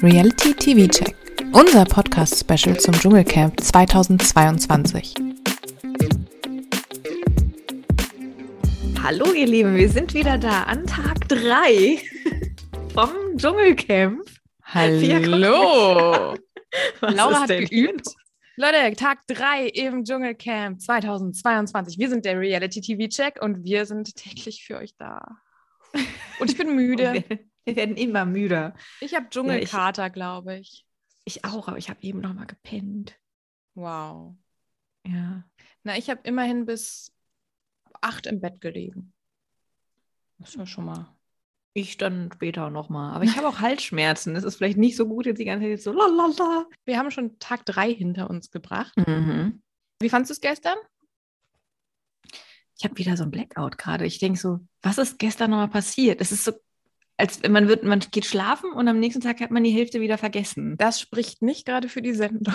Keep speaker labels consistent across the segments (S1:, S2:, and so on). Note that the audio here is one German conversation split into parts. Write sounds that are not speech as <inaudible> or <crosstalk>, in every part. S1: Reality TV Check, unser Podcast-Special zum Dschungelcamp 2022.
S2: Hallo ihr Lieben, wir sind wieder da an Tag 3 vom Dschungelcamp.
S3: Hallo!
S2: Was
S3: Laura
S2: ist
S3: hat
S2: denn
S3: geübt. <laughs> Leute, Tag 3 im Dschungelcamp 2022. Wir sind der Reality TV Check und wir sind täglich für euch da. <laughs> Und ich bin müde.
S2: Wir, wir werden immer müder.
S3: Ich habe Dschungelkater, glaube ich.
S2: Ich auch, aber ich habe eben noch mal gepennt.
S3: Wow.
S2: Ja.
S3: Na, ich habe immerhin bis 8 im Bett gelegen. Das ist ja schon mal.
S2: Ich dann später noch mal. <laughs> Aber ich habe auch Halsschmerzen. Es ist vielleicht nicht so gut, jetzt die ganze Zeit so lalala.
S3: Wir haben schon Tag 3 hinter uns gebracht.
S2: Mhm.
S3: Wie fandst du es gestern?
S2: Ich habe wieder so ein Blackout gerade. Ich denke so, was ist gestern noch mal passiert? Es ist so, als wenn man wird, man geht schlafen und am nächsten Tag hat man die Hälfte wieder vergessen.
S3: Das spricht nicht gerade für die Sendung.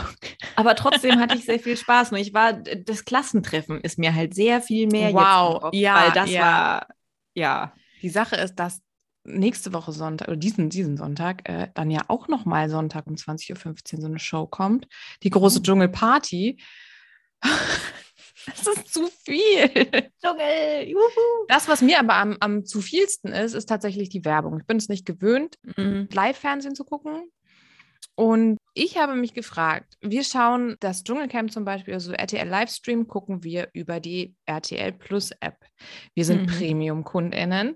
S2: Aber trotzdem hatte ich sehr viel Spaß. Und ich war, das Klassentreffen ist mir halt sehr viel mehr
S3: Wow,
S2: jetzt im Kopf,
S3: ja,
S2: weil das
S3: ja.
S2: war, ja.
S3: Die Sache ist, dass nächste Woche Sonntag oder diesen, diesen Sonntag äh, dann ja auch nochmal Sonntag um 20.15 Uhr so eine Show kommt. Die große Dschungelparty. <laughs> Das ist zu viel.
S2: Dschungel, juhu.
S3: Das, was mir aber am, am zu vielsten ist, ist tatsächlich die Werbung. Ich bin es nicht gewöhnt,
S2: Mhm.
S3: Live-Fernsehen zu gucken. Und ich habe mich gefragt, wir schauen das Dschungelcamp zum Beispiel, also RTL-Livestream gucken wir über die RTL Plus-App. Wir sind
S2: Mhm.
S3: Premium-KundInnen.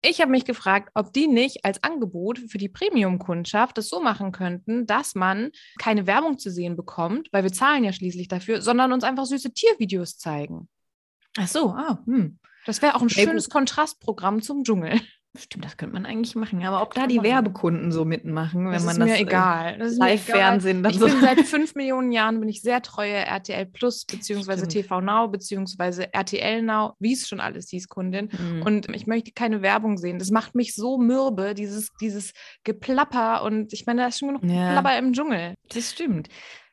S3: Ich habe mich gefragt, ob die nicht als Angebot für die Premium-Kundschaft das so machen könnten, dass man keine Werbung zu sehen bekommt, weil wir zahlen ja schließlich dafür, sondern uns einfach süße Tiervideos zeigen.
S2: Ach so, ah, hm.
S3: Das wäre auch ein
S2: Ja, gut.
S3: schönes Kontrastprogramm zum Dschungel.
S2: Stimmt, das könnte man eigentlich machen. Aber ob da
S3: Kann
S2: die
S3: man machen.
S2: Werbekunden so mitmachen, wenn
S3: das
S2: man
S3: ist
S2: das
S3: mir
S2: äh,
S3: <laughs> egal. Das ist mir egal.
S2: Live-Fernsehen dann
S3: Ich
S2: so.
S3: bin
S2: <laughs>
S3: seit fünf Millionen Jahren bin ich sehr treue RTL Plus beziehungsweise
S2: Stimmt.
S3: TV Now beziehungsweise RTL Now, wie es schon alles hieß, Kundin.
S2: Mhm.
S3: Und ich möchte keine Werbung sehen. Das macht mich so mürbe, dieses, dieses Geplapper. Und ich meine, da ist schon genug
S2: Ja.
S3: Plapper im Dschungel.
S2: Das stimmt.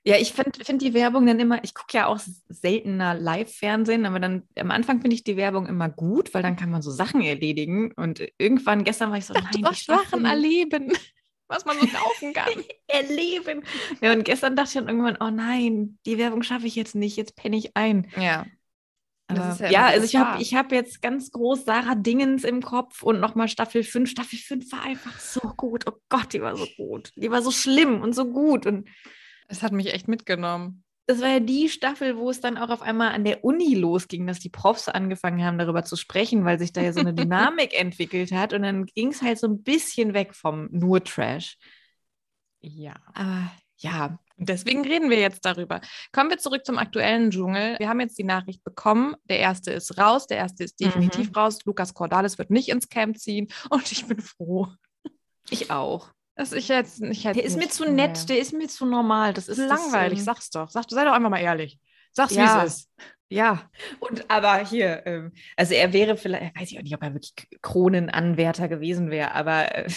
S2: Ja, ich finde find die Werbung dann immer, ich gucke ja auch seltener Live-Fernsehen, aber dann am Anfang finde ich die Werbung immer gut, weil dann kann man so Sachen erledigen. Und irgendwann, gestern war ich so, nein, ich
S3: was
S2: schaffe
S3: Sachen
S2: nicht.
S3: erleben, <laughs> was man so kaufen kann.
S2: erleben. Ja, und gestern dachte ich dann irgendwann, oh nein, die Werbung schaffe ich jetzt nicht, jetzt penne ich ein.
S3: ja. Das
S2: Aber,
S3: ist
S2: ja,
S3: ja immer die
S2: also ich
S3: Gefahr.
S2: habe ich hab jetzt ganz groß Sarah Dingens im Kopf und nochmal Staffel 5. Staffel 5 war einfach so gut. Oh Gott, die war so gut. Die war so schlimm und so gut. Und
S3: Es hat mich echt mitgenommen.
S2: das war ja die Staffel, wo es dann auch auf einmal an der Uni losging, dass die Profs angefangen haben, darüber zu sprechen, weil sich da ja
S3: <laughs>
S2: so eine Dynamik entwickelt hat. Und dann ging es halt so ein bisschen weg vom nur Trash.
S3: Ja.
S2: Aber ja,
S3: Und Deswegen reden wir jetzt darüber. Kommen wir zurück zum aktuellen Dschungel. Wir haben jetzt die Nachricht bekommen, der erste ist raus, der erste ist definitiv raus. Lukas Cordalis wird nicht ins Camp ziehen und ich bin froh.
S2: ich auch.
S3: Dass ich jetzt, ich hätte
S2: Der ist mir
S3: nicht-
S2: zu nett, der ist mir zu normal. Das
S3: Das
S2: ist
S3: ist
S2: Das,
S3: langweilig,
S2: ähm,
S3: sag's doch. Sag, sei doch einfach mal ehrlich. Sag's,
S2: Ja.
S3: wie es ist.
S2: ja, und aber hier, ähm, also er wäre vielleicht, weiß ich auch nicht, ob er wirklich Kronenanwärter gewesen wäre, aber äh,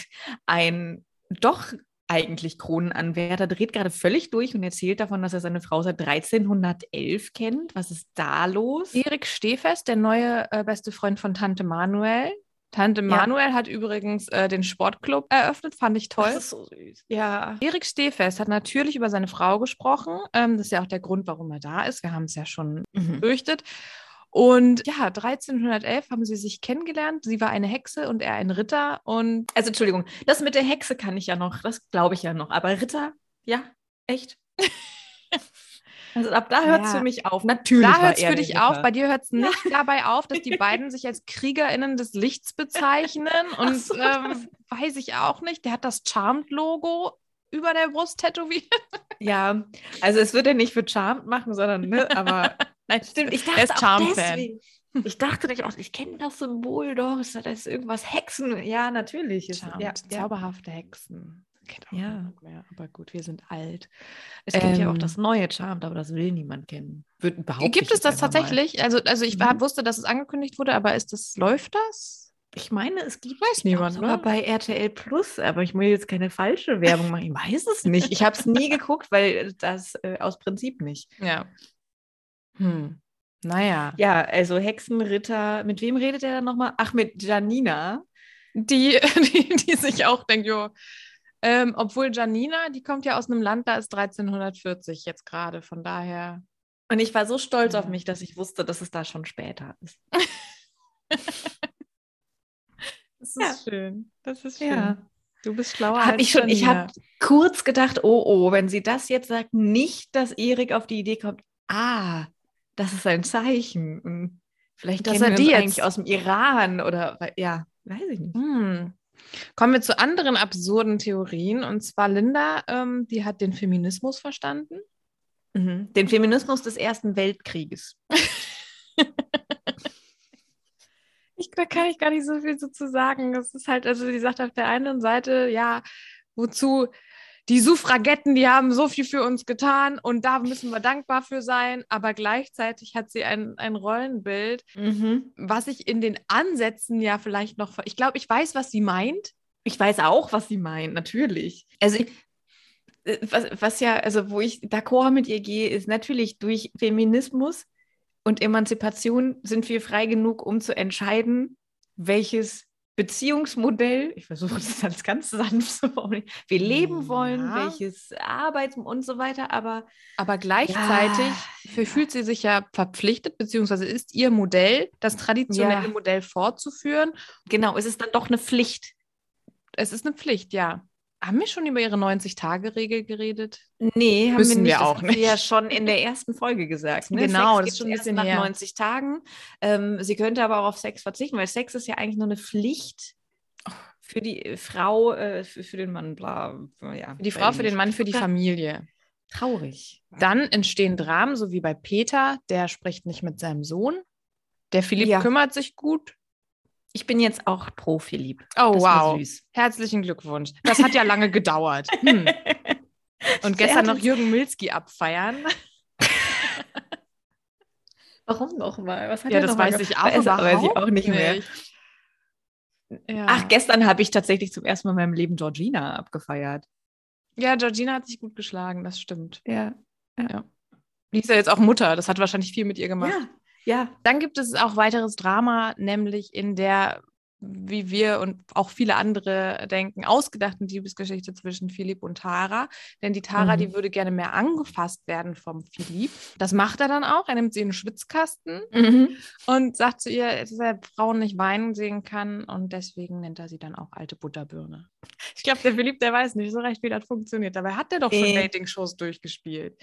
S2: ein doch eigentlich Kronenanwärter dreht gerade völlig durch und erzählt davon, dass er seine Frau seit 1311 kennt. Was ist da los?
S3: Erik Stehfest, der neue äh, beste Freund von Tante Manuel. Tante Manuel hat übrigens äh, den Sportclub eröffnet, fand ich toll.
S2: Das ist so süß. Ja.
S3: Erik Stehfest hat natürlich über seine Frau gesprochen. Ähm, das ist ja auch der Grund, warum er da ist. Wir haben es ja schon
S2: Mhm.
S3: befürchtet. Und ja, 1311 haben sie sich kennengelernt. Sie war eine Hexe und er ein Ritter. Und
S2: Also Entschuldigung, das mit der Hexe kann ich ja noch, das glaube ich ja noch, aber Ritter, ja, echt. <laughs> Also ab da hört es
S3: Ja.
S2: für mich auf. Natürlich.
S3: da
S2: war
S3: hört es
S2: er
S3: für
S2: der
S3: dich auf.
S2: Ritter.
S3: Bei dir hört
S2: <laughs>
S3: es nicht dabei auf, dass die beiden sich als KriegerInnen des Lichts bezeichnen. Und
S2: so,
S3: ähm, weiß ich auch nicht. Der hat das Charmed-Logo über der Brust tätowiert. <laughs>
S2: Ja, also es wird er nicht für Charmed machen, sondern, ne, aber <laughs>
S3: Nein,
S2: stimmt, ich
S3: dachte auch
S2: Ich dachte nicht, auch, ich kenne das Symbol doch, ist das irgendwas Hexen? Ja, natürlich. Ist,
S3: Charmed.
S2: ja, ja.
S3: Zauberhafte Hexen. Genau. Kennt auch
S2: Ja.
S3: niemand mehr. Aber gut, wir sind alt.
S2: Es gibt ja auch
S3: Ähm,
S2: das neue Charmed, aber das will niemand kennen. Wird überhaupt
S3: Gibt es das tatsächlich? Also, also ich war,
S2: Mhm.
S3: wusste, dass es angekündigt wurde, aber ist das, läuft das?
S2: Ich meine, es gibt
S3: Weiß
S2: auch
S3: niemand,
S2: sogar
S3: ne?
S2: bei RTL Plus, aber ich will jetzt keine falsche Werbung machen. Ich weiß es nicht. Ich habe es nie geguckt, weil das äh, aus Prinzip nicht.
S3: Ja. Hm. Naja.
S2: Ja, also Hexenritter, mit wem redet er dann nochmal? Ach, mit Janina.
S3: <laughs> Die, die, die sich auch denkt, jo, Ähm, obwohl Janina, die kommt ja aus einem Land, da ist 1340 jetzt gerade. Von daher.
S2: Und ich war so stolz
S3: Ja.
S2: auf mich, dass ich wusste, dass es da schon später ist.
S3: Das
S2: Ja.
S3: schön. Das ist
S2: Ja.
S3: Du bist schlauer
S2: Hab
S3: als
S2: ich schon- ich
S3: Janina.
S2: hab- Kurz gedacht, oh oh, wenn sie das jetzt sagt, nicht, dass Erik auf die Idee kommt, ah, das ist ein Zeichen. Und Vielleicht
S3: Dass
S2: kennen
S3: er
S2: wir
S3: die
S2: uns
S3: jetzt-
S2: eigentlich aus dem Iran oder ja, weiß ich nicht.
S3: Hm. Kommen wir zu anderen absurden Theorien. Und zwar Linda, ähm, die hat den Feminismus verstanden.
S2: Mhm. Den Feminismus des Ersten Weltkrieges.
S3: Ich, da kann ich gar nicht so viel so zu sagen. Das ist halt, also die sagt auf der einen Seite, ja, wozu die Suffragetten, die haben so viel für uns getan und da müssen wir dankbar für sein. Aber gleichzeitig hat sie ein, ein Rollenbild, was ich in den Ansätzen ja vielleicht noch, ver- ich glaube, ich weiß, was sie meint.
S2: Ich weiß auch, was sie meint, natürlich. Also ich, äh, was, was ja, also wo ich d'accord mit ihr gehe, ist natürlich durch Feminismus und Emanzipation sind wir frei genug, um zu entscheiden, welches Beziehungsmodell, ich versuche das als ganz sanft zu formulieren, wir leben wollen,
S3: Ja.
S2: welches Arbeits- und so weiter, aber
S3: Aber gleichzeitig f- fühlt sie sich ja verpflichtet, beziehungsweise ist ihr Modell, das traditionelle
S2: Ja.
S3: Modell fortzuführen.
S2: genau, es ist dann doch eine Pflicht.
S3: Es ist eine Pflicht, ja. Haben wir schon über ihre 90-Tage-Regel geredet?
S2: Nee, haben
S3: Müssen
S2: wir nicht.
S3: wir
S2: das
S3: auch
S2: hat
S3: nicht.
S2: Sie ja schon in der ersten Folge gesagt. Ne?
S3: Genau,
S2: Sex
S3: das ist schon ein
S2: gibt's erst
S3: bisschen
S2: nach
S3: her.
S2: 90 Tagen. Ähm, sie könnte aber auch auf Sex verzichten, weil Sex ist ja eigentlich nur eine Pflicht für die Frau, äh, für, für den Mann, bla. Ja,
S3: Für die
S2: weiß
S3: Frau,
S2: ich
S3: für den
S2: nicht.
S3: Mann, für die
S2: Ja.
S3: Familie.
S2: Traurig.
S3: Dann entstehen Dramen, so wie bei Peter, der spricht nicht mit seinem Sohn. Der Philipp
S2: Ja.
S3: kümmert sich gut.
S2: Ich bin jetzt auch pro Philipp.
S3: Oh,
S2: Das war
S3: wow.
S2: süß.
S3: Herzlichen Glückwunsch.
S2: <laughs>
S3: Das hat ja lange gedauert. Hm. Und
S2: Der
S3: gestern
S2: hat
S3: noch
S2: uns-
S3: Jürgen Milski abfeiern.
S2: Warum nochmal? Was hat
S3: Ja,
S2: er
S3: das
S2: noch mal
S3: weiß
S2: ge-
S3: ich
S2: <laughs>
S3: auch
S2: Weiß- weiß ich
S3: überhaupt
S2: auch <laughs> nicht mehr.
S3: Ja.
S2: Ach, gestern habe ich tatsächlich zum ersten Mal in meinem Leben Georgina abgefeiert.
S3: ja, Georgina hat sich gut geschlagen, das stimmt.
S2: Ja.
S3: Die ist ja jetzt auch Mutter, das hat wahrscheinlich viel mit ihr gemacht.
S2: Ja, ja.
S3: Dann gibt es auch weiteres Drama, nämlich in der, wie wir und auch viele andere denken, ausgedachten Liebesgeschichte zwischen Philipp und Tara. Denn die Tara,
S2: Mhm.
S3: die würde gerne mehr angefasst werden vom Philipp. Das macht er dann auch. Er nimmt sie in den Schwitzkasten
S2: Mhm.
S3: und sagt zu ihr, dass er Frauen nicht weinen sehen kann. Und deswegen nennt er sie dann auch alte Butterbirne. Ich glaube, der Philipp, der weiß nicht so recht, wie das funktioniert. Dabei hat er doch schon
S2: Nee.
S3: Dating-Shows durchgespielt.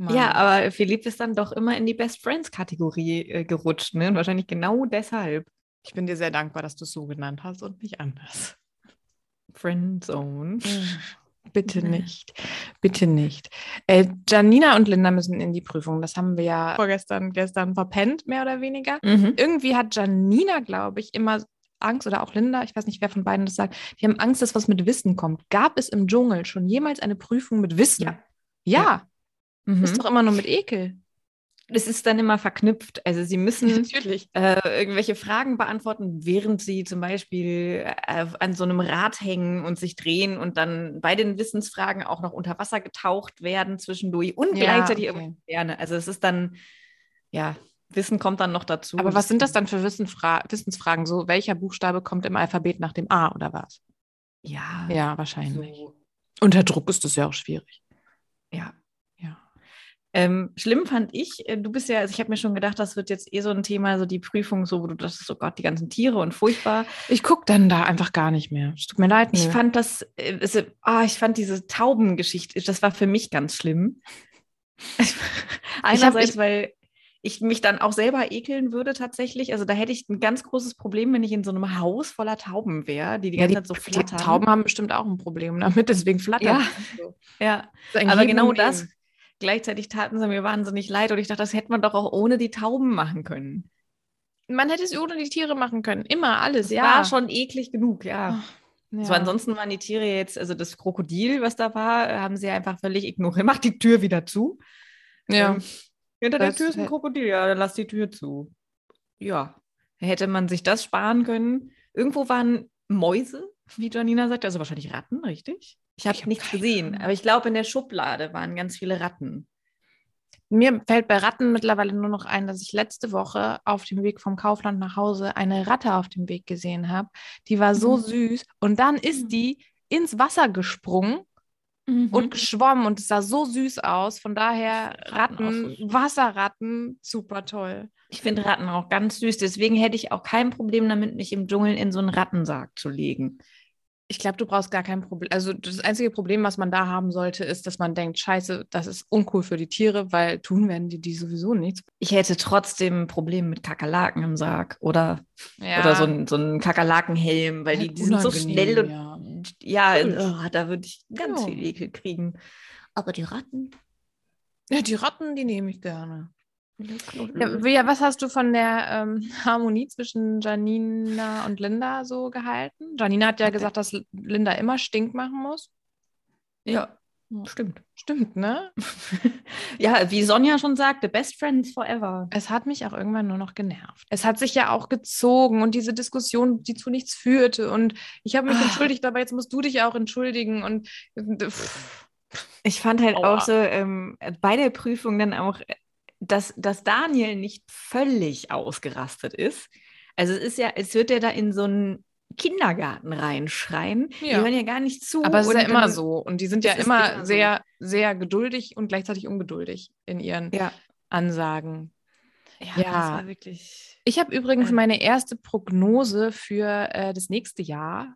S3: Mann.
S2: Äh. Ja, aber Philipp ist dann doch immer in die Best Friends-Kategorie äh, gerutscht, ne? Und wahrscheinlich genau deshalb.
S3: ich bin dir sehr dankbar, dass du es so genannt hast und nicht anders.
S2: Friendzone.
S3: Bitte
S2: Ja.
S3: nicht. Bitte nicht. Äh, Janina und Linda müssen in die Prüfung. Das haben wir ja vorgestern, gestern verpennt, mehr oder weniger.
S2: Mhm.
S3: Irgendwie hat Janina, glaube ich, immer Angst oder auch Linda, ich weiß nicht, wer von beiden das sagt, die haben Angst, dass was mit Wissen kommt. Gab es im Dschungel schon jemals eine Prüfung mit Wissen?
S2: Ja.
S3: Ja,
S2: Mhm.
S3: ist doch immer nur mit Ekel.
S2: es ist dann immer verknüpft. Also sie
S3: <laughs>
S2: müssen
S3: Natürlich.
S2: äh, irgendwelche Fragen beantworten, während sie zum Beispiel äh, an so einem Rad hängen und sich drehen und dann bei den Wissensfragen auch noch unter Wasser getaucht werden zwischendurch und
S3: Ja,
S2: gleichzeitig
S3: okay.
S2: irgendwelche Sterne. Also es ist dann, ja, Wissen kommt dann noch dazu.
S3: Aber was sind das dann für Wissenfra Wissensfragen? So, welcher Buchstabe kommt im Alphabet nach dem A oder was?
S2: Ja,
S3: Ja, wahrscheinlich.
S2: so.
S3: Unter Druck ist das ja auch schwierig.
S2: Ja.
S3: Ja.
S2: Ähm, schlimm fand ich, äh, du bist ja, also ich habe mir schon gedacht, das wird jetzt eh so ein Thema, so die Prüfung, so wo du dachtest, oh Gott, die ganzen Tiere und furchtbar.
S3: Ich gucke dann da einfach gar nicht mehr. Es tut mir leid.
S2: Ich
S3: nö.
S2: fand das, äh, es, äh, ah, ich fand diese Taubengeschichte, das war für mich ganz schlimm. Einerseits,
S3: ich-
S2: weil ich mich dann auch selber ekeln würde tatsächlich. Also da hätte ich ein ganz großes Problem, wenn ich in so einem Haus voller Tauben wäre, die die
S3: ja, die,
S2: ganze Zeit so
S3: die
S2: flattern.
S3: Tauben haben bestimmt auch ein Problem ne? <laughs> damit, deswegen flattern.
S2: Ja.
S3: sie so.
S2: ja.
S3: Das ist ein
S2: Aber
S3: jedem
S2: genau
S3: Leben.
S2: das, gleichzeitig taten sie mir wahnsinnig leid und ich dachte, das hätte man doch auch ohne die Tauben machen können.
S3: Man hätte es ohne die Tiere machen können. Immer alles,
S2: Es
S3: ja.
S2: war schon eklig genug, ja.
S3: Ach, ja.
S2: So, ansonsten waren die Tiere jetzt, also das Krokodil, was da war, äh, haben sie einfach völlig ignoriert. Mach die Tür wieder zu.
S3: Ja.
S2: Ähm, hinter der
S3: Das
S2: Tür ist ein
S3: hätt-
S2: Krokodil, ja, dann lass die Tür zu. Ja, hätte man sich das sparen können. Irgendwo waren Mäuse, wie Janina sagte, also wahrscheinlich Ratten, richtig? Ich habe
S3: Ich hab
S2: nichts
S3: keine
S2: gesehen,
S3: Ahnung.
S2: aber ich glaube, in der Schublade waren ganz viele Ratten.
S3: Mir fällt bei Ratten mittlerweile nur noch ein, dass ich letzte Woche auf dem Weg vom Kaufland nach Hause eine Ratte auf dem Weg gesehen habe. Die war so
S2: Mhm.
S3: süß. Und dann ist
S2: Mhm.
S3: die ins Wasser gesprungen
S2: Mhm.
S3: und geschwommen und es sah so süß aus. Von daher
S2: Ratten auch
S3: Ratten, Wasserratten, super toll.
S2: ich finde Ratten auch ganz süß. Deswegen hätte ich auch kein Problem damit, mich im Dschungel in so einen Rattensarg zu legen.
S3: Ich glaube, du brauchst gar kein Problem. Also das einzige Problem, was man da haben sollte, ist, dass man denkt, scheiße, das ist uncool für die Tiere, weil tun werden die die sowieso nichts.
S2: Ich hätte trotzdem ein Problem mit Kakerlaken im Sarg oder, oder so einen so einen Kakerlakenhelm, weil die, die sind so schnell und
S3: Ja.
S2: Ja,
S3: Cool.
S2: oh, da würde ich ganz
S3: Ja.
S2: viel Ekel kriegen. Aber die Ratten.
S3: ja, die Ratten, die nehme ich gerne. Mhm. Ja,
S2: Ja,
S3: Julia, was hast du von der ähm, <laughs> Harmonie zwischen Janina und Linda so gehalten? Janina hat ja gesagt, dass Linda immer Stink machen muss.
S2: ja, stimmt.
S3: Stimmt, <laughs> ne?
S2: ja, wie Sonja schon sagte, Best Friends Forever.
S3: Es hat mich auch irgendwann nur noch genervt. Es hat sich ja auch gezogen und diese Diskussion, die zu nichts führte. Und ich habe mich
S2: Ah.
S3: entschuldigt, aber jetzt musst du dich auch entschuldigen. Und äh, pff,
S2: Ich fand halt
S3: Aua.
S2: auch so ähm, bei der Prüfung dann auch, äh, dass, dass Daniel nicht völlig ausgerastet ist. Also es ist ja, es wird ja da in so einen Kindergarten reinschreien.
S3: Ja.
S2: Die hören ja gar nicht zu.
S3: aber es ist ja
S2: und
S3: immer
S2: dann-
S3: so. Und die sind ja
S2: Es ist
S3: immer,
S2: immer so.
S3: sehr, sehr geduldig und gleichzeitig ungeduldig in ihren
S2: Ja,
S3: Ansagen. Ähm.
S2: ja,
S3: Ja.
S2: das war wirklich.
S3: Ich habe übrigens
S2: Ein-
S3: meine erste Prognose für äh, das nächste Jahr,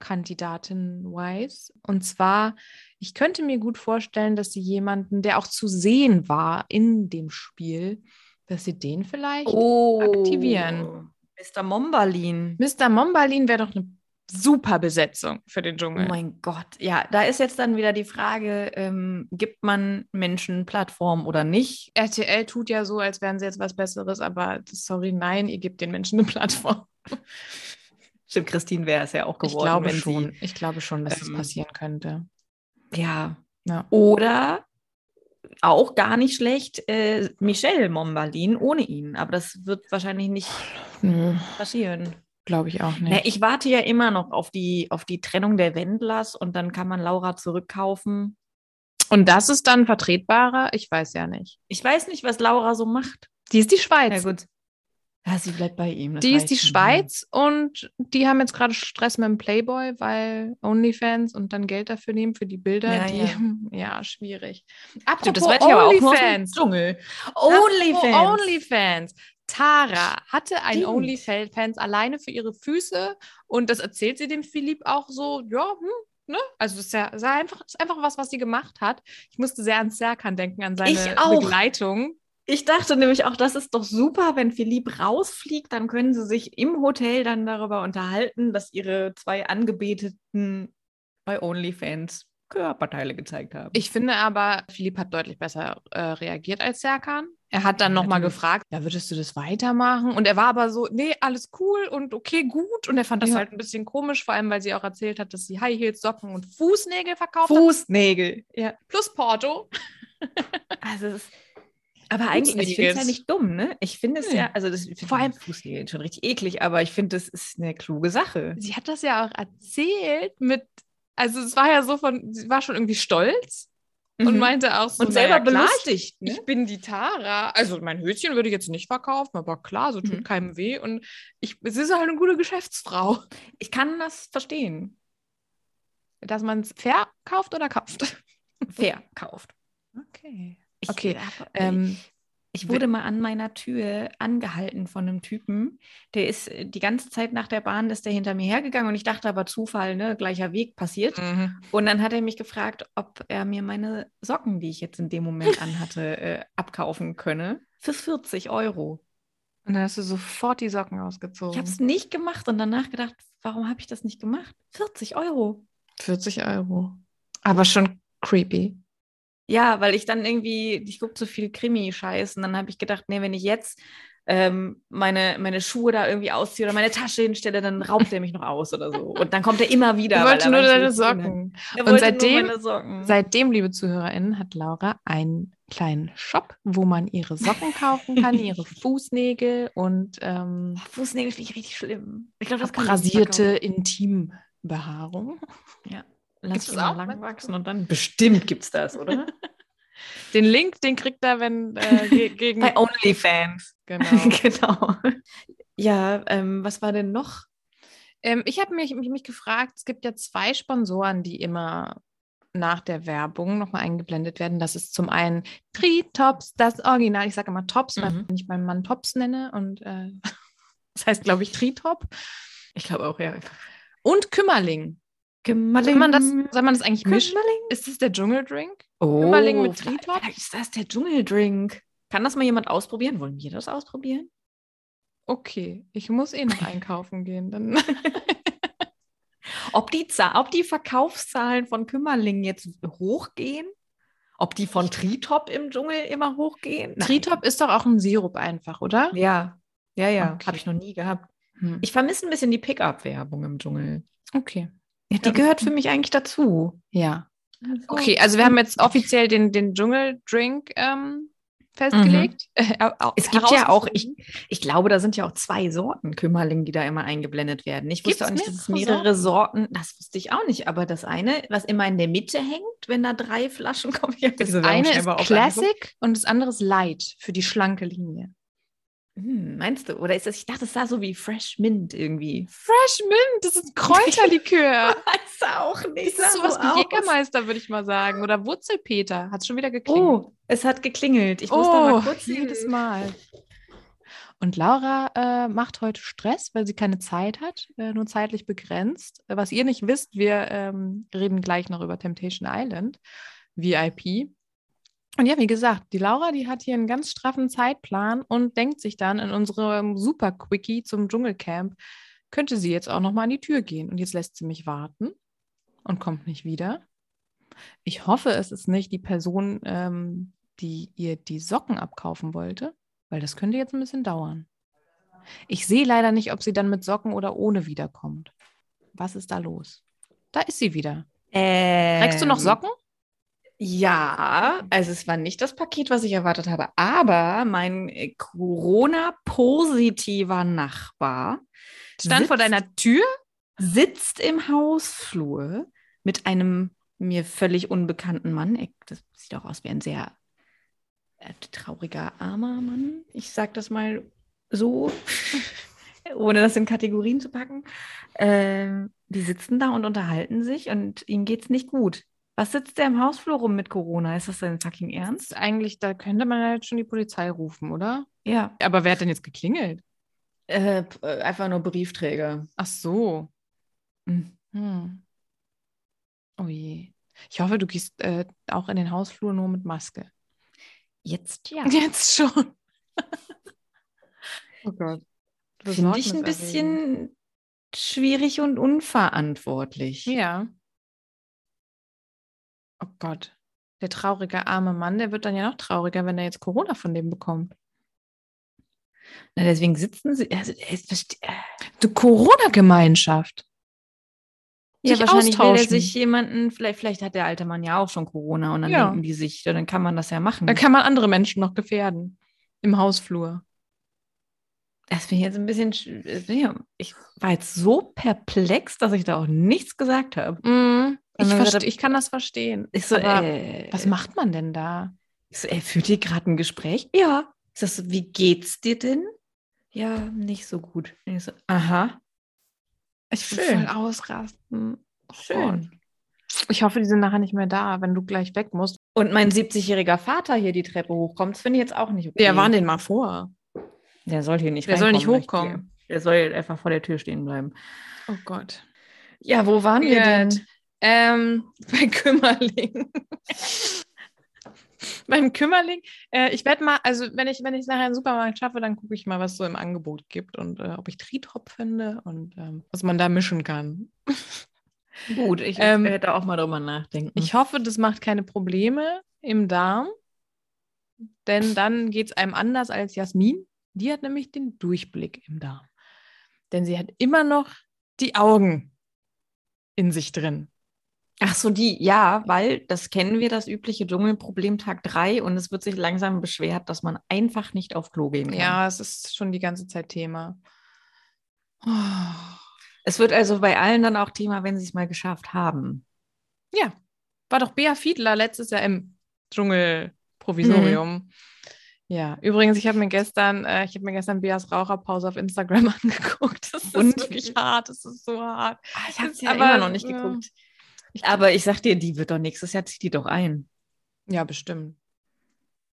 S3: Kandidatin-wise. Und zwar, ich könnte mir gut vorstellen, dass sie jemanden, der auch zu sehen war in dem Spiel, dass sie den vielleicht. aktivieren.
S2: Mr. Oh. Mombalin.
S3: Mr. Mombalin wäre doch eine super Besetzung für den
S2: Oh
S3: Dschungel.
S2: mein Gott, ja, da ist jetzt dann wieder die Frage, ähm, gibt man Menschen Plattform oder nicht?
S3: RTL tut ja so, als wären sie jetzt was Besseres, aber sorry, nein, ihr gebt den Menschen eine Plattform. <laughs>
S2: Stimmt, Christine wäre es ja auch geworden.
S3: ich glaube
S2: wenn
S3: schon. Ich glaube schon, dass
S2: Ähm,
S3: das passieren könnte.
S2: Sie, ja.
S3: Ja.
S2: Oder auch gar nicht schlecht, äh, Michelle Mombalin ohne ihn. Aber das wird wahrscheinlich nicht
S3: Nö,
S2: passieren.
S3: glaube ich auch nicht.
S2: Na, ich warte ja immer noch auf die, auf die Trennung der Wendlers und dann kann man Laura zurückkaufen.
S3: Und das ist dann vertretbarer? Ich weiß ja nicht.
S2: Ich weiß nicht, was Laura so macht.
S3: Die ist die Schweiz.
S2: gut. Ja, sie bleibt bei ihm. das
S3: die ist
S2: reicht
S3: die
S2: schon.
S3: Schweiz und die haben jetzt gerade Stress mit dem Playboy, weil OnlyFans und dann Geld dafür nehmen für die Bilder.
S2: Ja,
S3: die, <laughs> ja. schwierig.
S2: Stimmt,
S3: Apropos
S2: das weiß ich aber auch nur aus dem
S3: OnlyFans.
S2: Dschungel.
S3: Apropos
S2: OnlyFans.
S3: OnlyFans. Tara hatte ein
S2: Stimmt.
S3: OnlyFans alleine für ihre Füße und das erzählt sie dem Philipp auch so, ja, hm, ne? Also es ist ja es ist einfach, es ist einfach was, was sie gemacht hat. Ich musste sehr an Serkan denken, an seine
S2: Ich auch.
S3: Begleitung.
S2: Ich dachte nämlich auch, das ist doch super, wenn Philipp rausfliegt, dann können sie sich im Hotel dann darüber unterhalten, dass ihre zwei Angebeteten bei OnlyFans Körperteile gezeigt haben.
S3: Ich finde aber, Philipp hat deutlich besser äh, reagiert als Serkan. Er hat dann
S2: Ja,
S3: nochmal
S2: natürlich.
S3: gefragt, ja, würdest du das weitermachen? Und er war aber so, nee, alles cool und okay, gut. Und er fand das
S2: Ja.
S3: halt ein bisschen komisch, vor allem, weil sie auch erzählt hat, dass sie High Heels, Socken und Fußnägel verkauft hat,
S2: Fußnägel. Ja.
S3: plus Porto.
S2: Also es ist, aber eigentlich, also ich finde es ja
S3: Fußnägel.
S2: nicht dumm, ne? Ich finde es
S3: Nee.
S2: ja, also das, ich find
S3: Vor allem-
S2: Fußnägel schon richtig eklig, aber ich finde, das ist eine kluge Sache.
S3: Sie hat das ja auch erzählt mit, also es war ja so von, sie war schon irgendwie stolz und
S2: Mhm.
S3: meinte auch so,
S2: und selber
S3: naja, klar,
S2: belustigt. Ne?
S3: Ich bin die Tara. Also mein Höschen würde ich jetzt nicht verkaufen, aber klar, so tut
S2: Mhm.
S3: keinem weh. Und ich, es ist halt eine gute Geschäftsfrau.
S2: ich kann das verstehen.
S3: Dass man es verkauft oder kauft.
S2: Verkauft.
S3: Okay.
S2: Ich,
S3: Okay,
S2: aber-
S3: <laughs> Ähm,
S2: Ich wurde mal an meiner Tür angehalten von einem Typen. Der ist äh, die ganze Zeit nach der Bahn, ist der hinter mir hergegangen und ich dachte aber Zufall, ne, gleicher Weg passiert.
S3: Mhm.
S2: Und dann hat er mich gefragt, ob er mir meine Socken, die ich jetzt in dem Moment anhatte, äh, abkaufen könne. Für 40 Euro.
S3: Und dann hast du sofort die Socken
S2: Ich
S3: ausgezogen.
S2: habe es nicht gemacht und danach gedacht, warum habe ich das nicht gemacht? 40 Euro.
S3: 40 Euro. Aber schon creepy.
S2: Ja, weil ich dann irgendwie, ich gucke zu viel Krimi-Scheiß und dann habe ich gedacht, nee, wenn ich jetzt ähm, meine, meine Schuhe da irgendwie ausziehe oder meine Tasche hinstelle, dann raubt er mich noch aus oder so. Und dann kommt er immer wieder.
S3: ich
S2: weil
S3: wollte
S2: er
S3: nur
S2: manchmal
S3: deine
S2: nichts zu tun hat.
S3: Socken.
S2: Er
S3: Und
S2: wollte
S3: seitdem-
S2: nur meine Socken.
S3: Seitdem, liebe ZuhörerInnen, hat Laura einen kleinen Shop, wo man ihre Socken kaufen
S2: <laughs>
S3: kann, ihre Fußnägel und ähm,
S2: Ach, Fußnägel finde ich richtig schlimm. Ich glaube, das kann ich nicht
S3: abrasierte Intimbehaarung.
S2: verkaufen. Lass
S3: Gibt's
S2: es
S3: das
S2: auch
S3: auch?
S2: lang wachsen und dann bestimmt gibt's das, oder?
S3: Den Link, den kriegt er, wenn äh, ge
S2: <laughs>
S3: gegen.
S2: Bei <laughs> OnlyFans.
S3: genau.
S2: genau. Ja, ähm, was war denn noch?
S3: Ähm, ich habe mich, mich, mich gefragt, es gibt ja zwei Sponsoren, die immer nach der Werbung nochmal eingeblendet werden. Das ist zum einen Tri-Tops, das Original. Ich sage immer Tops, weil
S2: Mhm.
S3: ich meinen Mann Tops nenne und äh, das heißt, glaube ich, Tri-Top.
S2: Ich glaube auch, ja.
S3: Und Kümmerling.
S2: Kümmerling.
S3: Soll man das, soll man das eigentlich mischen?
S2: Kümmerling?
S3: Ist das der Dschungeldrink?
S2: Oh,
S3: Kümmerling mit
S2: vielleicht-
S3: Tri-Top?
S2: Vielleicht ist das der Dschungeldrink. Kann das mal jemand ausprobieren? Wollen wir das ausprobieren?
S3: Okay, ich muss eh noch einkaufen gehen. <laughs> Dann
S2: Ob die, Za- ob die Verkaufszahlen von Kümmerling jetzt hochgehen? Ob die von Tritop im Dschungel immer hochgehen? Nein.
S3: Tritop ist doch auch ein Sirup einfach, oder?
S2: Ja, ja, ja.
S3: Okay.
S2: Habe ich noch nie gehabt.
S3: Hm.
S2: Ich vermisse ein bisschen die Pickup-Werbung im Dschungel.
S3: Okay.
S2: Ja, die
S3: Ja.
S2: gehört für mich eigentlich dazu.
S3: Ja. Okay, also wir haben jetzt offiziell den, den Dschungeldrink ähm, festgelegt. Äh, au-
S2: Es gibt ja auch-
S3: herausgefunden.
S2: Ich glaube, da sind ja auch zwei Sorten Kümmerling, die da immer eingeblendet werden. Ich wusste
S3: Gibt's
S2: auch nicht, dass es
S3: mehrere
S2: mehrere Sorten, das wusste ich auch nicht, aber das eine, was immer in der Mitte hängt, wenn da drei Flaschen <laughs> kommen, ich hab
S3: Das
S2: diese Werbung
S3: eine
S2: schnell
S3: ist
S2: mal auf
S3: Classic und das andere ist Light für die schlanke Linie.
S2: angeguckt. Hm, meinst du? Oder ist das, ich dachte, es sah so wie Fresh Mint irgendwie.
S3: Fresh Mint, das ist <laughs> Kräuterlikör.
S2: Weiß auch nicht.
S3: <laughs> das ist
S2: sah
S3: sowas
S2: so
S3: wie
S2: aus.
S3: Jägermeister, würde ich mal sagen. Oder Wurzelpeter. Hat schon wieder geklingelt.
S2: Oh, es hat geklingelt. Ich muss da mal kurz hin.
S3: Oh, jedes Mal. Und Laura äh, macht heute Stress, weil sie keine Zeit hat, äh, nur zeitlich begrenzt. Äh, Was ihr nicht wisst, wir ähm, reden gleich noch über Temptation Island, VIP. Und ja, wie gesagt, die Laura, die hat hier einen ganz straffen Zeitplan und denkt sich dann in unserem Super Quickie zum Dschungelcamp, könnte sie jetzt auch noch mal an die Tür gehen. Und jetzt lässt sie mich warten und kommt nicht wieder. Ich hoffe, es ist nicht die Person, ähm, die ihr die Socken abkaufen wollte, weil das könnte jetzt ein bisschen dauern. Ich sehe leider nicht, ob sie dann mit Socken oder ohne wiederkommt. Was ist da los? Da ist sie wieder. Trägst du noch
S2: Socken?
S3: Socken?
S2: Ja, also es war nicht das Paket, was ich erwartet habe, aber mein äh, Corona-positiver Nachbar
S3: Stand vor
S2: sitzt-
S3: deiner Tür?
S2: sitzt im Hausflur mit einem mir völlig unbekannten Mann. Er- Das sieht auch aus wie ein sehr äh, trauriger, armer Mann. Ich sag das mal so, <laughs> ohne das in Kategorien zu packen. Ähm, die sitzen da und unterhalten sich und ihm geht's nicht gut. Was sitzt der im Hausflur rum mit Corona? Ist das dein fucking Ernst?
S3: Ist eigentlich, da könnte man halt schon die Polizei rufen, oder?
S2: Ja.
S3: Aber wer hat denn jetzt geklingelt?
S2: Äh, p- äh, einfach nur Briefträger.
S3: Ach so.
S2: Mhm.
S3: Hm. Oh je. Ich hoffe, du gehst äh, auch in den Hausflur nur mit Maske. <laughs>
S2: Jetzt ja.
S3: Jetzt schon. oh Gott.
S2: Finde ich ein bisschen also schwierig und unverantwortlich.
S3: Ja. Oh Gott. Der traurige arme Mann, der wird dann ja noch trauriger, wenn er jetzt Corona von dem bekommt.
S2: Na, deswegen sitzen sie. Also, es verste- äh,
S3: Die Corona-Gemeinschaft.
S2: ja,
S3: Sich
S2: wahrscheinlich will er
S3: austauschen.
S2: sich jemanden, vielleicht, vielleicht hat der alte Mann ja auch schon Corona und dann
S3: Ja.
S2: denken die sich, ja, dann kann man das ja machen.
S3: Da kann man andere Menschen noch gefährden. Im Hausflur.
S2: Das finde ich jetzt ein bisschen. sch- äh, ja, Ich war jetzt so perplex, dass ich da auch nichts gesagt habe.
S3: Mm,
S2: Wenn
S3: ich,
S2: man
S3: verste-
S2: gerade-
S3: ich kann das verstehen.
S2: Ich so,
S3: Aber
S2: äh,
S3: Was macht man denn da?
S2: Ich so, ey, führt ihr gerade ein Gespräch? Ja. Ich sag so, wie geht's dir denn? Ja, nicht so gut. Und Ich so, aha.
S3: Ich will
S2: Schön.
S3: voll ausrasten. Oh
S2: Schön.
S3: Gott. Ich hoffe, die sind nachher nicht mehr da, wenn du gleich weg musst.
S2: Und mein 70-jähriger Vater hier die Treppe hochkommt, das finde ich jetzt auch nicht okay.
S3: Ja, waren den mal vor.
S2: Der soll hier nicht
S3: Der soll nicht
S2: reinkommen, möchte
S3: hochkommen.
S2: ich dir. Der soll einfach vor der Tür stehen bleiben.
S3: Oh Gott.
S2: Ja, wo waren wir
S3: Gut.
S2: denn?
S3: Ähm, <laughs> bei Kümmerling. Beim Kümmerling. Äh, ich werde mal, also wenn ich, wenn ich nachher einen Supermarkt schaffe, dann gucke ich mal, was es so im Angebot gibt und äh, ob ich Tritop finde und ähm, was man da mischen kann.
S2: <laughs> Gut, ich
S3: Ähm,
S2: hätte auch mal drüber nachdenken.
S3: Ich hoffe, das macht keine Probleme im Darm, denn dann geht es einem anders als Jasmin. Die hat nämlich den Durchblick im Darm, denn sie hat immer noch die Augen in sich drin.
S2: Ach so, die, ja, weil das kennen wir, das übliche Dschungelproblem Tag 3 und es wird sich langsam beschwert, dass man einfach nicht auf Klo gehen kann.
S3: Ja, es ist schon die ganze Zeit Thema. Oh.
S2: Es wird also bei allen dann auch Thema, wenn sie es mal geschafft haben.
S3: Ja, Mhm. war doch Bea Fiedler letztes Jahr im Dschungelprovisorium. Ja, übrigens, ich habe mir gestern, äh, ich habe mir gestern Bias Raucherpause auf Instagram <laughs> angeguckt. Das ist
S2: Und?
S3: wirklich hart, das ist so hart.
S2: Ah, ich habe es
S3: Ist
S2: ja
S3: aber,
S2: immer noch nicht
S3: ja.
S2: geguckt. aber ich sag dir, die wird doch nächstes Jahr, zieht die doch ein.
S3: Ja, bestimmt.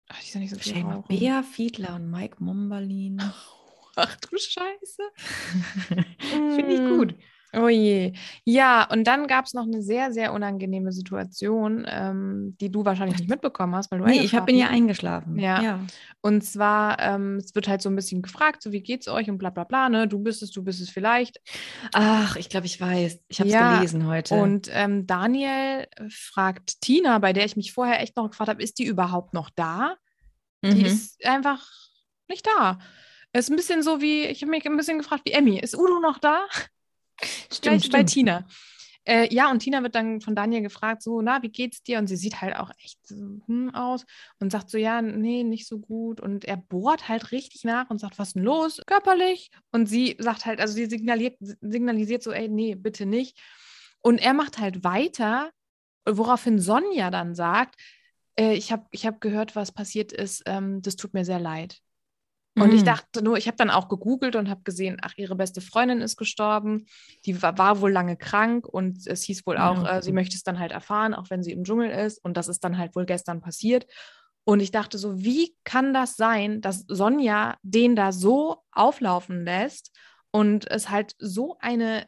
S3: Ach, ich soll nicht so viel
S2: Stell mal,
S3: rauchen.
S2: Bea Fiedler und Mike Mombalin. <laughs>
S3: Ach du Scheiße.
S2: Finde ich
S3: Mm.
S2: gut.
S3: Oh je. Ja, und dann gab es noch eine sehr, sehr unangenehme Situation, ähm, die du wahrscheinlich nicht mitbekommen hast, weil du
S2: Nee, ich hab- bin ja
S3: eingeschlafen
S2: eingeschlafen.
S3: Ja.
S2: ja.
S3: Und zwar, ähm, es wird halt so ein bisschen gefragt, so wie geht's euch und bla bla bla, ne? Du bist es, du bist es vielleicht.
S2: Ach, ich glaube, ich weiß. Ich habe es
S3: Ja,
S2: gelesen heute.
S3: Und ähm, Daniel fragt Tina, bei der ich mich vorher echt noch gefragt habe, ist die überhaupt noch da? Die
S2: Mhm.
S3: ist einfach nicht da. Ist ein bisschen so wie, ich habe mich ein bisschen gefragt, wie Emmy, ist Udo noch da? gleich bei Tina. Äh, ja, und Tina wird dann von Daniel gefragt, so, na, wie geht's dir? Und sie sieht halt auch echt so, hm, aus und sagt so, ja, nee, nicht so gut. Und er bohrt halt richtig nach und sagt, was ist denn los? Körperlich. Und sie sagt halt, also sie signaliert, signalisiert so, ey, nee, bitte nicht. Und er macht halt weiter, woraufhin Sonja dann sagt, äh, ich habe ich hab gehört, was passiert ist, ähm, das tut mir sehr leid. Und ich
S2: Mhm.
S3: dachte nur, ich habe dann auch gegoogelt und habe gesehen, ach, ihre beste Freundin ist gestorben. Die war, war wohl lange krank und es hieß wohl
S2: Ah Ja,
S3: auch, äh,
S2: okay.
S3: sie möchte es dann halt erfahren, auch wenn sie im Dschungel ist. Und das ist dann halt wohl gestern passiert. Und ich dachte so, wie kann das sein, dass Sonja den da so auflaufen lässt und es halt so eine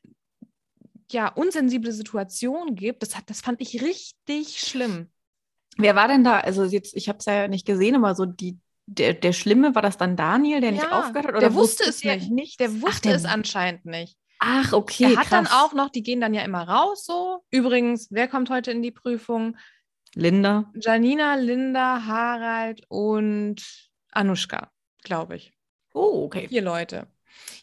S3: ja unsensible Situation gibt? Das, hat, das fand ich richtig schlimm.
S2: Wer war denn da? Also jetzt, ich habe es ja nicht gesehen, aber so die, der, der Schlimme war das dann Daniel, der nicht
S3: Ja,
S2: aufgehört hat? Oder
S3: der wusste es
S2: der
S3: nicht.
S2: nichts?
S3: Der wusste
S2: Ach, der-
S3: es anscheinend nicht.
S2: Ach, okay.
S3: er hat
S2: krass.
S3: dann auch noch, die gehen dann ja immer raus so. Übrigens, wer kommt heute in die Prüfung?
S2: Linda.
S3: Janina, Linda, Harald und Anuschka, glaube ich.
S2: Oh, okay.
S3: Vier Leute.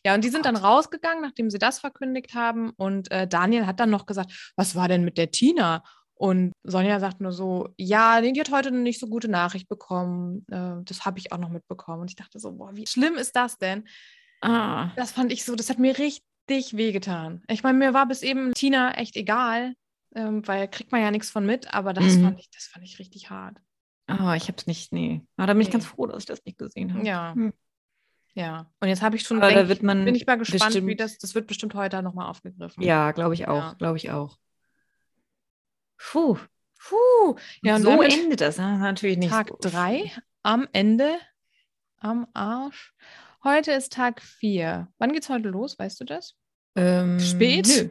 S3: Ja, und die sind dann rausgegangen, nachdem sie das verkündigt haben. Und äh, Daniel hat dann noch gesagt, was war denn mit der Tina? Und Sonja sagt nur so, ja, nee, die hat heute eine nicht so gute Nachricht bekommen. Äh, das habe ich auch noch mitbekommen. Und ich dachte so, boah, wie schlimm ist das denn?
S2: Ah.
S3: Das fand ich so, das hat mir richtig wehgetan. Ich meine, mir war bis eben Tina echt egal, ähm, weil kriegt man ja nichts von mit, aber das
S2: Mhm.
S3: fand ich, das fand ich richtig hart.
S2: Ah, ich habe es nicht, nee. Ah, da bin ich
S3: Nee.
S2: ganz froh, dass ich das nicht gesehen habe.
S3: Ja.
S2: Hm.
S3: Ja. Und jetzt habe ich schon,
S2: Aber da
S3: denk
S2: wird
S3: ich,
S2: man
S3: bin ich mal gespannt, wie
S2: bestimmt-
S3: das, das wird bestimmt heute nochmal aufgegriffen.
S2: Ja, glaube ich auch,
S3: Ja.
S2: glaube ich auch. Puh.
S3: Puh. Ja, und
S2: so
S3: damit
S2: endet das. ne? Das ist natürlich nicht
S3: Tag
S2: so
S3: drei am Ende, am Arsch. Heute ist Tag vier. Wann geht's heute los? Weißt du das?
S2: Ähm,
S3: Spät?
S2: Nö.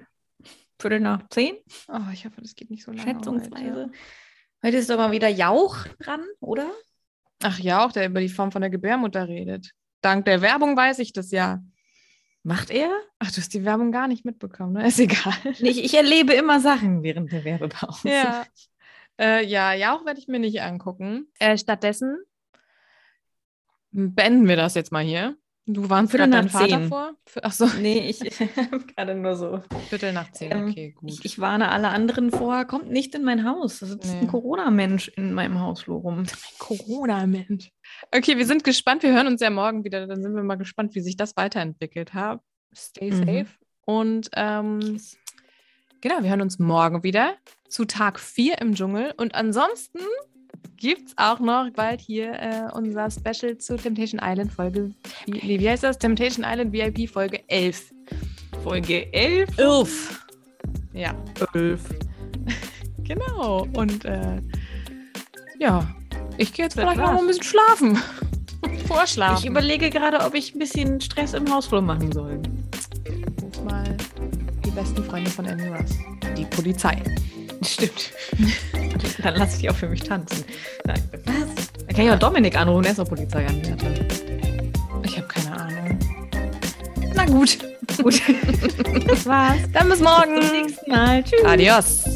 S2: Viertel nach zehn,
S3: Oh, ich hoffe, das geht nicht so lange.
S2: schätzungsweise.
S3: Heute.
S2: Heute ist doch mal wieder Jauch dran, oder?
S3: Ach ja, auch der über die Form von der Gebärmutter redet. Dank der Werbung weiß ich das ja.
S2: Macht er?
S3: Ach, du hast die Werbung gar nicht mitbekommen, ne? Ist egal.
S2: Ich, ich erlebe immer Sachen während der Werbepause.
S3: Ja. <laughs> Äh, ja, ja, auch werde ich mir nicht angucken. Äh, stattdessen beenden wir das jetzt mal hier. Du warnst
S2: Viertel
S3: gerade
S2: nach
S3: deinem Vater
S2: zehn.
S3: vor.
S2: <laughs>
S3: Ach so,
S2: Nee, ich habe gerade nur so.
S3: Viertel nach zehn.
S2: Ähm,
S3: Okay,
S2: Ich,
S3: gut.
S2: ich warne alle anderen vor, kommt nicht in mein Haus. Da sitzt
S3: Nee.
S2: ein Corona-Mensch in meinem Haus rum.
S3: Corona-Mensch. Okay, wir sind gespannt. Wir hören uns ja morgen wieder. Dann sind wir mal gespannt, wie sich das weiterentwickelt hat. Stay
S2: Mhm.
S3: safe. Und ähm, genau, wir hören uns morgen wieder zu Tag 4 im Dschungel. Und ansonsten gibt es auch noch bald hier äh, unser Special zu Temptation Island Folge. Wie, nee, wie heißt das? Temptation Island VIP Folge 11.
S2: Folge 11.
S3: 11. Ja,
S2: 11.
S3: <laughs> genau. Und äh, ja, ich gehe jetzt
S2: Das
S3: vielleicht noch mal
S2: war's.
S3: ein bisschen schlafen. Vorschlafen.
S2: Ich überlege gerade, ob ich ein bisschen Stress im Hausflur machen soll.
S3: Ruf mal die besten Freunde von Emmy Russ. Die Polizei.
S2: Stimmt. Dann lasse ich die auch für mich tanzen. Nein. Was? Dann kann ich auch Dominik anrufen, er ist auch Polizeianwärter.
S3: Ich habe keine Ahnung. Na gut,
S2: <laughs> Gut. das war's.
S3: dann
S2: Bis
S3: bis
S2: zum
S3: morgen.
S2: nächsten Mal. Tschüss.
S3: Adios.